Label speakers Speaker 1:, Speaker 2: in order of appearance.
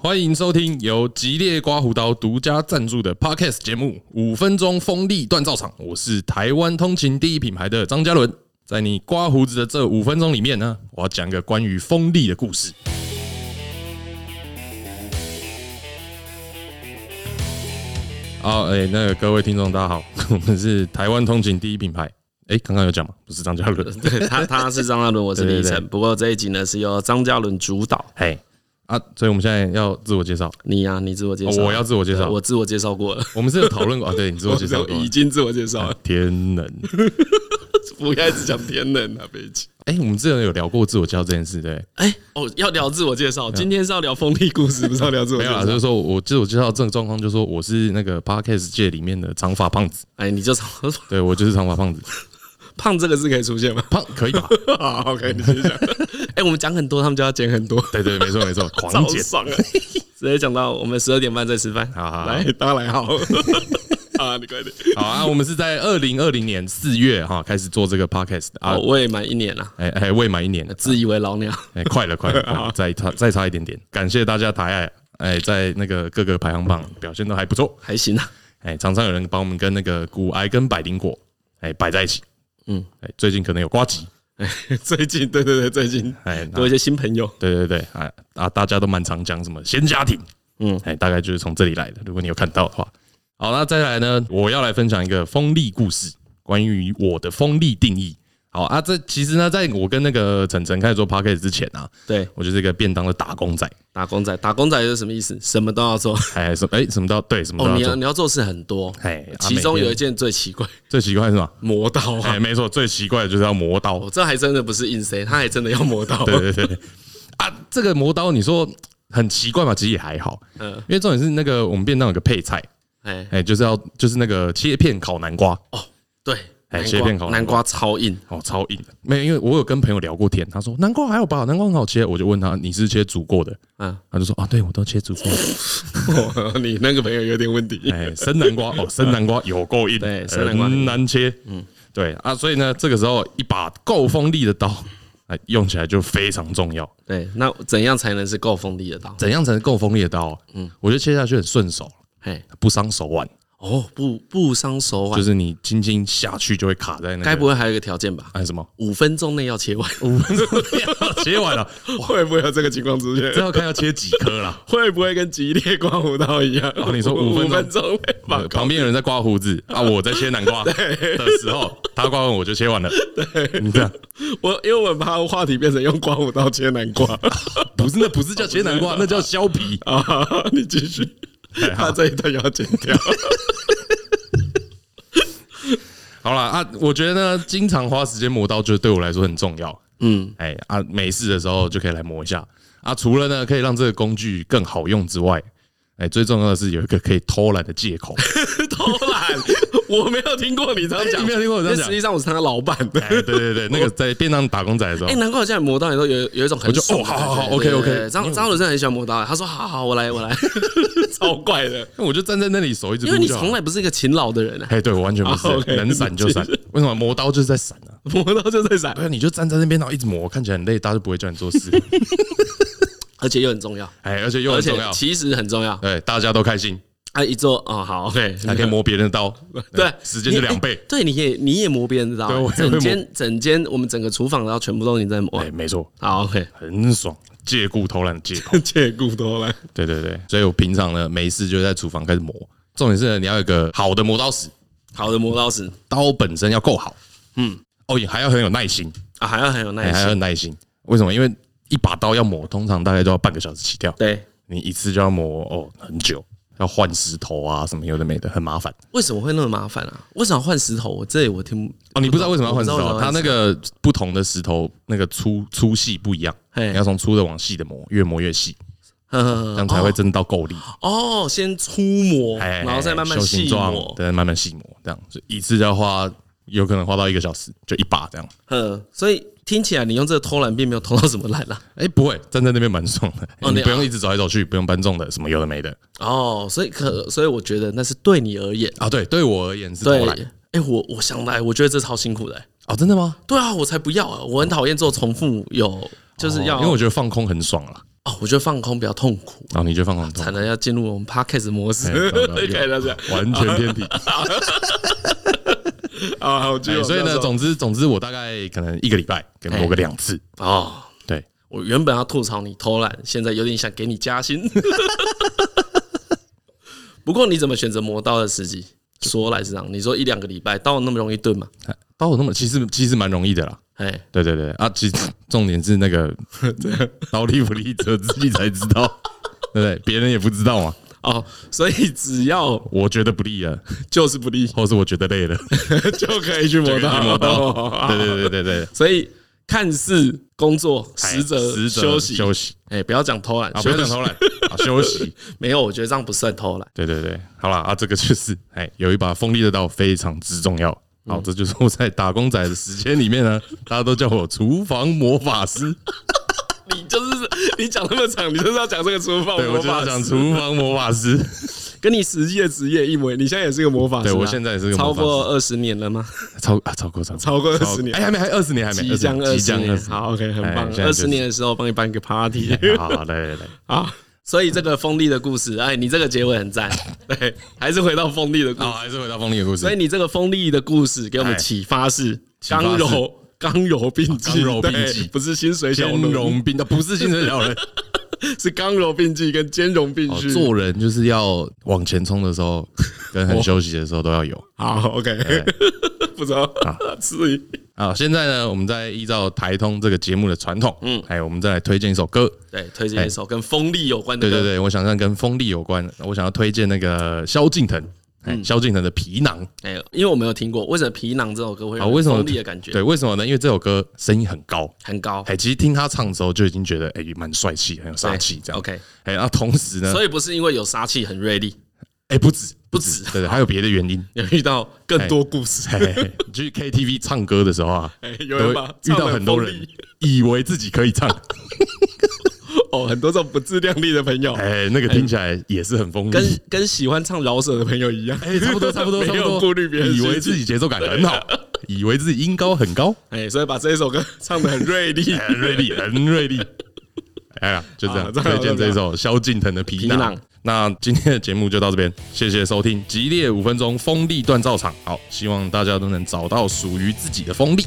Speaker 1: 欢迎收听由吉列刮胡刀独家赞助的 Podcast 节目《五分钟锋利锻造厂》，我是台湾通勤第一品牌的张嘉伦。在你刮胡子的这五分钟里面呢，我要讲个关于锋利的故事。好，哎、那个各位听众大家好， 我们是台湾通勤第一品牌。哎、刚刚有讲吗？不是张嘉伦，
Speaker 2: 对 他，他是张嘉伦，我是
Speaker 1: 对对
Speaker 2: 李
Speaker 1: 对
Speaker 2: 晨。不过这一集呢是由张嘉伦主导。
Speaker 1: 嘿啊，所以我们现在要自我介绍。
Speaker 2: 你呀、你自我介绍、
Speaker 1: 哦我要自我介绍
Speaker 2: 对我自我介绍过了，
Speaker 1: 我们是有讨论过啊，对你自我介绍过
Speaker 2: 已经自 我 介绍了，
Speaker 1: 天能。
Speaker 2: 不要一直讲天冷啊，北京。
Speaker 1: 哎、我们之前有聊过自我介绍这件事，对不对？
Speaker 2: 哎、哦，要聊自我介绍，今天是要聊风力故事，不是要聊自我
Speaker 1: 哎没
Speaker 2: 介
Speaker 1: 有啦，
Speaker 2: 绍
Speaker 1: 就。是说我自我介绍这个状况，就是说我是那个 podcast 界里面的长发胖子，
Speaker 2: 哎、你就
Speaker 1: 对我就是长发胖子，
Speaker 2: 胖这个字可以出现吗？
Speaker 1: 胖可以吧？
Speaker 2: 好，OK，你先讲。哎、我们讲很多，他们就要减 很多，
Speaker 1: 对对，没错没错，狂
Speaker 2: 超
Speaker 1: 减。
Speaker 2: 爽啊！直接讲到我 们十二点半再吃饭。
Speaker 1: 好好好
Speaker 2: 来，大家来 好。 啊，你快点。
Speaker 1: 好啊，我们是在二零二零年四月哈开始做这个 podcast 啊
Speaker 2: 啊，，我也满一年了，
Speaker 1: 哎哎未满一年，
Speaker 2: 自以为老鸟。
Speaker 1: 哎快了快了，快了再差再差一点点，感谢大家抬爱，哎在那个各个排行榜表现都还不错，
Speaker 2: 还行啊，
Speaker 1: 哎常常有人把我们跟那个骨癌跟百灵果哎摆在一起，嗯
Speaker 2: 嗯，
Speaker 1: 哎最近可能有瓜吉，
Speaker 2: 最近对对对，最近
Speaker 1: 哎那
Speaker 2: 多一些新朋友，
Speaker 1: 对对对，啊啊，大家都蛮常讲什么闲家庭，嗯
Speaker 2: 嗯，
Speaker 1: 哎，大概就是从这里来的。如果你有看到的话，好，那再来呢，我要来分享一个锋利故事，关于我的锋利定义。好啊，这其实呢，在我跟那个晨晨开始做 p o c a s t 之前啊，
Speaker 2: 对，
Speaker 1: 我就是一个便当的打工仔，
Speaker 2: 打工仔，打工仔是什么意思？什么都要做
Speaker 1: 哎什么哎什么都要对什么
Speaker 2: 哦，
Speaker 1: 都
Speaker 2: 你
Speaker 1: 要
Speaker 2: 要
Speaker 1: 做，
Speaker 2: 你要做事很多
Speaker 1: 哎，啊
Speaker 2: 其中
Speaker 1: 每天
Speaker 2: 有一件最奇怪，
Speaker 1: 最奇怪是什 么？
Speaker 2: 磨刀啊
Speaker 1: 哎，，没错，最奇怪的就是要磨刀
Speaker 2: 我，这还真的不是硬塞，他还真的要磨刀，
Speaker 1: 对对 对，啊，这个磨刀你说很奇怪嘛，其实也还好，嗯
Speaker 2: 嗯，
Speaker 1: 因为重点是那个我们便当有个配菜。
Speaker 2: 哎
Speaker 1: 哎、就是要就是那个切片烤南瓜，
Speaker 2: 哦，对，
Speaker 1: 哎
Speaker 2: 南
Speaker 1: 切
Speaker 2: 瓜
Speaker 1: 片烤南
Speaker 2: 南
Speaker 1: 瓜
Speaker 2: 瓜超硬，
Speaker 1: 哦，超硬的。没有，因为我有跟朋友聊过天，他说南瓜还好吧，南瓜很好切。我就问他你是切煮过的，
Speaker 2: 嗯，
Speaker 1: 他就说啊，对我都切煮过的。
Speaker 2: 哦 你那个朋友有点问题，
Speaker 1: 哎、生南瓜哦，生南瓜有够硬，
Speaker 2: 对生南瓜
Speaker 1: 很难切。嗯，对啊，所以呢，这个时候一把够锋利的刀，哎，用起来就非常重要。
Speaker 2: 对，那怎样才能是够锋利的刀？
Speaker 1: 怎样才能够锋利的刀？嗯，我觉得切下去很顺手，
Speaker 2: 哎，
Speaker 1: 不伤手腕，
Speaker 2: 哦，不不伤手
Speaker 1: 就
Speaker 2: 腕，
Speaker 1: 是你轻轻下去就会卡在那个。
Speaker 2: 该不会还有一个条件吧？
Speaker 1: 哎什么？
Speaker 2: 五分钟内要切完，
Speaker 1: 五分钟切完了，
Speaker 2: 会不会有这个情况出现
Speaker 1: 这要看要切几颗啦。
Speaker 2: 会不会跟吉列刮胡刀一样？
Speaker 1: 啊你说五分钟
Speaker 2: 分钟内把
Speaker 1: 呃旁边有人在刮胡 子啊，我在切南瓜的时候，他刮完我就切完了。你这样
Speaker 2: 我，因为我很怕话题变成用刮胡刀切南 瓜
Speaker 1: 不是那哦不是叫切南瓜，那叫削皮。
Speaker 2: 啊！你继续，他这一段要剪 掉。
Speaker 1: 好啦，啊，我觉得呢，经常花时间磨刀，就对我来说很重要。
Speaker 2: 嗯，
Speaker 1: 哎啊，没事的时候就可以来磨一下啊。除了呢可以让这个工具更好用之外，哎，最重要的是有一个可以偷懒的借 口。
Speaker 2: 偷懒，我没有听过你这样
Speaker 1: 哎
Speaker 2: 讲，
Speaker 1: 你没有听过我这样讲
Speaker 2: 因为实际上我是他的老板。
Speaker 1: 哎，对对对，那个在便当打工仔的时候
Speaker 2: 哎，，难怪我现在磨刀也都有有一种很
Speaker 1: 就
Speaker 2: 爽
Speaker 1: 哦
Speaker 2: 的
Speaker 1: 好好好
Speaker 2: 感觉对
Speaker 1: OK，OK 嗯
Speaker 2: 对对张张鲁真的很喜欢磨刀，他说好好好，我来 我来，超怪的，
Speaker 1: 我就站在那里手一直
Speaker 2: 因为
Speaker 1: 撸
Speaker 2: 你
Speaker 1: 就好
Speaker 2: 从来不是一个勤劳的人啊，
Speaker 1: 哎，对我完全不
Speaker 2: 啊
Speaker 1: 是，
Speaker 2: ，OK，
Speaker 1: 能闪就闪。为什么磨刀就是在闪啊？
Speaker 2: 磨刀就在闪
Speaker 1: 对，啊，你就站在那边，然后一直磨，看起来很累，大家就不会叫你做 事。
Speaker 2: 而且又很重要，
Speaker 1: 哎，而且又
Speaker 2: 而
Speaker 1: 很
Speaker 2: 且
Speaker 1: 重要，
Speaker 2: 其实很重要。
Speaker 1: 对，大家都开心，
Speaker 2: 啊，一做哦好，OK，
Speaker 1: 还可以磨别人的刀，
Speaker 2: 对，
Speaker 1: 时间就两倍
Speaker 2: 你哎。对，你也你也磨别人的刀
Speaker 1: 对我也
Speaker 2: 欸，
Speaker 1: 会磨
Speaker 2: 整间整间我们整个厨房，然后全部都是你在磨
Speaker 1: 哎，。没错，
Speaker 2: 好，OK，
Speaker 1: 很爽，借故偷懒的借口。
Speaker 2: 借故多了。
Speaker 1: 对对对，所以我平常呢没事就在厨房开始磨。重点是呢你要有一个好的磨刀石，
Speaker 2: 好的，磨刀石
Speaker 1: 刀本身要够好，嗯，哦，也还要很有耐心，
Speaker 2: 啊，还要很有
Speaker 1: 哎，
Speaker 2: 耐
Speaker 1: 还要
Speaker 2: 心。
Speaker 1: 很耐心。为什么？因为一把刀要磨，通常大概都要半个小时起跳，
Speaker 2: 对，
Speaker 1: 你一次就要磨哦很久，要换石头啊什么有的没的，很麻烦。
Speaker 2: 为什么会那么麻烦啊？为什么换石头？我这里我听
Speaker 1: 哦，你不知道为什么要换石
Speaker 2: 我不知道
Speaker 1: 头？
Speaker 2: 为什
Speaker 1: 它
Speaker 2: 么
Speaker 1: 那个不同的石头那个粗粗细不一样，
Speaker 2: 嘿
Speaker 1: 你要从粗的往细的磨，越磨越细，这样
Speaker 2: 呵
Speaker 1: 才会真到够力。
Speaker 2: 哦，先粗磨，
Speaker 1: 哎，
Speaker 2: 然后再慢慢
Speaker 1: 修
Speaker 2: 细
Speaker 1: 形状
Speaker 2: 磨。
Speaker 1: 再慢慢细磨，这样所以一次就要花，有可能花到一个小时，就一把这样。
Speaker 2: 嗯，所以听起来你用这个偷懒并没有偷到什 么懒啦。
Speaker 1: 哎，不会，站在那边蛮爽的，
Speaker 2: 哦
Speaker 1: 你
Speaker 2: 那
Speaker 1: 不用一直走来走去，不用搬重的，什么有的没的
Speaker 2: 哦，所以可所以我觉得那是对你而言，
Speaker 1: 啊。对，对我而言是偷
Speaker 2: 哦对
Speaker 1: 懒。。
Speaker 2: 哎，我我想来，我觉得这超辛苦的欸。
Speaker 1: 哦，真的吗？哦
Speaker 2: 对啊，我才不要啊！我很讨厌做重复有，就是要、
Speaker 1: 因为我觉得放空很爽啦。
Speaker 2: 哦，我觉得放空比较痛苦，
Speaker 1: 然后你就放空洞
Speaker 2: 才，能要进入我们 podcast 模 式，啊
Speaker 1: 哎懂了
Speaker 2: 看到这样
Speaker 1: 完全偏 题。
Speaker 2: 啊，我
Speaker 1: 对，哎所以呢，
Speaker 2: 总
Speaker 1: 总之总之，我大概可能一个礼拜给磨个两次。
Speaker 2: 哦，
Speaker 1: 对，
Speaker 2: 我原本要吐槽你偷懒，现在有点想给你加薪。 不过你怎么选择磨刀的时机？说来是这样，你说一两个礼拜刀那么容易钝嘛？
Speaker 1: 哎包我那么其实其实蛮容易的啦。
Speaker 2: 哎，
Speaker 1: 对对对啊，其实 重点是那 个刀利不利，只有自己才知道，对不对？别人也不知道嘛。
Speaker 2: 哦，所以只要
Speaker 1: 我觉得不利了，
Speaker 2: 就是不利
Speaker 1: 或是我觉得累了，
Speaker 2: 就可以去磨
Speaker 1: 就可以去磨
Speaker 2: 刀，
Speaker 1: 对对对对对，
Speaker 2: 所以看似工作，
Speaker 1: 哎
Speaker 2: 实则
Speaker 1: 实则
Speaker 2: 休息。
Speaker 1: 休息
Speaker 2: 哎，不要讲偷懒，
Speaker 1: 啊，不要讲偷懒啊，休息。
Speaker 2: 没有，我觉得这样不算偷懒。
Speaker 1: 对对对，好啦，啊，这个就是哎，有一把锋利的刀非常之重要。好，
Speaker 2: 嗯
Speaker 1: 这就是我在打工仔的时间里面呢，大家都叫我厨房魔法师。
Speaker 2: 你就是你讲那么长，你就是要讲这个厨房
Speaker 1: 对，我
Speaker 2: 魔
Speaker 1: 就是要
Speaker 2: 法
Speaker 1: 讲
Speaker 2: 师，
Speaker 1: 厨房魔法师。
Speaker 2: 跟你实际的职业一模一样。你现在也是个魔法师啊，
Speaker 1: 对我现在也是个魔
Speaker 2: 超
Speaker 1: 法师
Speaker 2: 过二十年了吗？
Speaker 1: 超啊，超过超过
Speaker 2: 超过20年
Speaker 1: 哎，还没，还二十年，还没，
Speaker 2: 即将
Speaker 1: 20
Speaker 2: 二
Speaker 1: 即
Speaker 2: 十
Speaker 1: 将
Speaker 2: 年，
Speaker 1: 20
Speaker 2: 好，OK，很
Speaker 1: 哎
Speaker 2: 棒
Speaker 1: 现。在
Speaker 2: 二
Speaker 1: 就
Speaker 2: 十
Speaker 1: 是哎
Speaker 2: 年的时候，帮你办一个 party
Speaker 1: 好，好来来来，
Speaker 2: 啊。所以这个锋利的故事，哎，你这个结尾很赞，对，还是回到锋利的故
Speaker 1: 好，
Speaker 2: 事。
Speaker 1: 还是回到风力的故事。
Speaker 2: 所以你这个锋利的故事给我们
Speaker 1: 哎
Speaker 2: 启发是
Speaker 1: 发是
Speaker 2: 刚柔刚柔并济，
Speaker 1: 刚柔并
Speaker 2: 对
Speaker 1: 济
Speaker 2: 不是薪水小
Speaker 1: 兼
Speaker 2: 奴，
Speaker 1: 容并的不是精神小人，
Speaker 2: 是刚柔并济跟兼容并
Speaker 1: 哦
Speaker 2: 蓄。
Speaker 1: 做人 就是要往前冲的时 候，跟很休息的时候都要有。
Speaker 2: 好，OK，不知 道，至于
Speaker 1: 啊，现在呢，我们再依照台通这个节目的传统，嗯，哎，我们再来推荐一首歌。
Speaker 2: 对，推荐一首跟锋利有关
Speaker 1: 对哎
Speaker 2: 的
Speaker 1: 对嗯
Speaker 2: 歌。
Speaker 1: 对，我想让跟风力有关，我想要推荐那个萧敬腾，哎，萧敬腾的《皮囊》
Speaker 2: 哎，因为我没有听过，为什么皮囊这首歌会
Speaker 1: 啊，
Speaker 2: 有
Speaker 1: 为什么
Speaker 2: 锋利的感觉
Speaker 1: 对，为什么呢？因为这首歌声音很高，
Speaker 2: 很高？
Speaker 1: 哎，其实听他唱的时候就已经觉得哎蛮帅气，很有杀气这样。
Speaker 2: OK，
Speaker 1: 哎，然后同时呢，
Speaker 2: 所以不是因为有杀气很锐利，
Speaker 1: 哎不止
Speaker 2: 不止
Speaker 1: 对对，还有别的原因。
Speaker 2: 有遇到更多故事，
Speaker 1: 嘿嘿嘿你去 KTV 唱歌的时候啊，
Speaker 2: 哎
Speaker 1: 哎都
Speaker 2: 有
Speaker 1: 会
Speaker 2: 人把
Speaker 1: 遇到很多
Speaker 2: 唱得
Speaker 1: 人
Speaker 2: 锋利
Speaker 1: 以为自己可以唱，
Speaker 2: 哦，很多这种不自量力的朋友，
Speaker 1: 哎，那个听起来也是很锋
Speaker 2: 跟
Speaker 1: 利。
Speaker 2: 跟喜欢唱饶舌的朋友一样，
Speaker 1: 哎，差不多，差不多，差
Speaker 2: 没
Speaker 1: 不
Speaker 2: 有
Speaker 1: 多。
Speaker 2: 顾虑别人的
Speaker 1: 以为
Speaker 2: 心情
Speaker 1: 自己节奏感很 好，以为自己音高很高，
Speaker 2: 哎，所以把这一首歌唱的很锐利。
Speaker 1: 很锐利，很锐利。 哎呀，就这
Speaker 2: 啊
Speaker 1: 样，
Speaker 2: 这样
Speaker 1: 推荐这一首萧敬腾的《皮
Speaker 2: 皮
Speaker 1: 囊
Speaker 2: 囊》。
Speaker 1: 那今天的节目就到这边，谢谢收听《激烈五分钟锋利锻造场》。好，希望大家都能找到属于自己的锋利。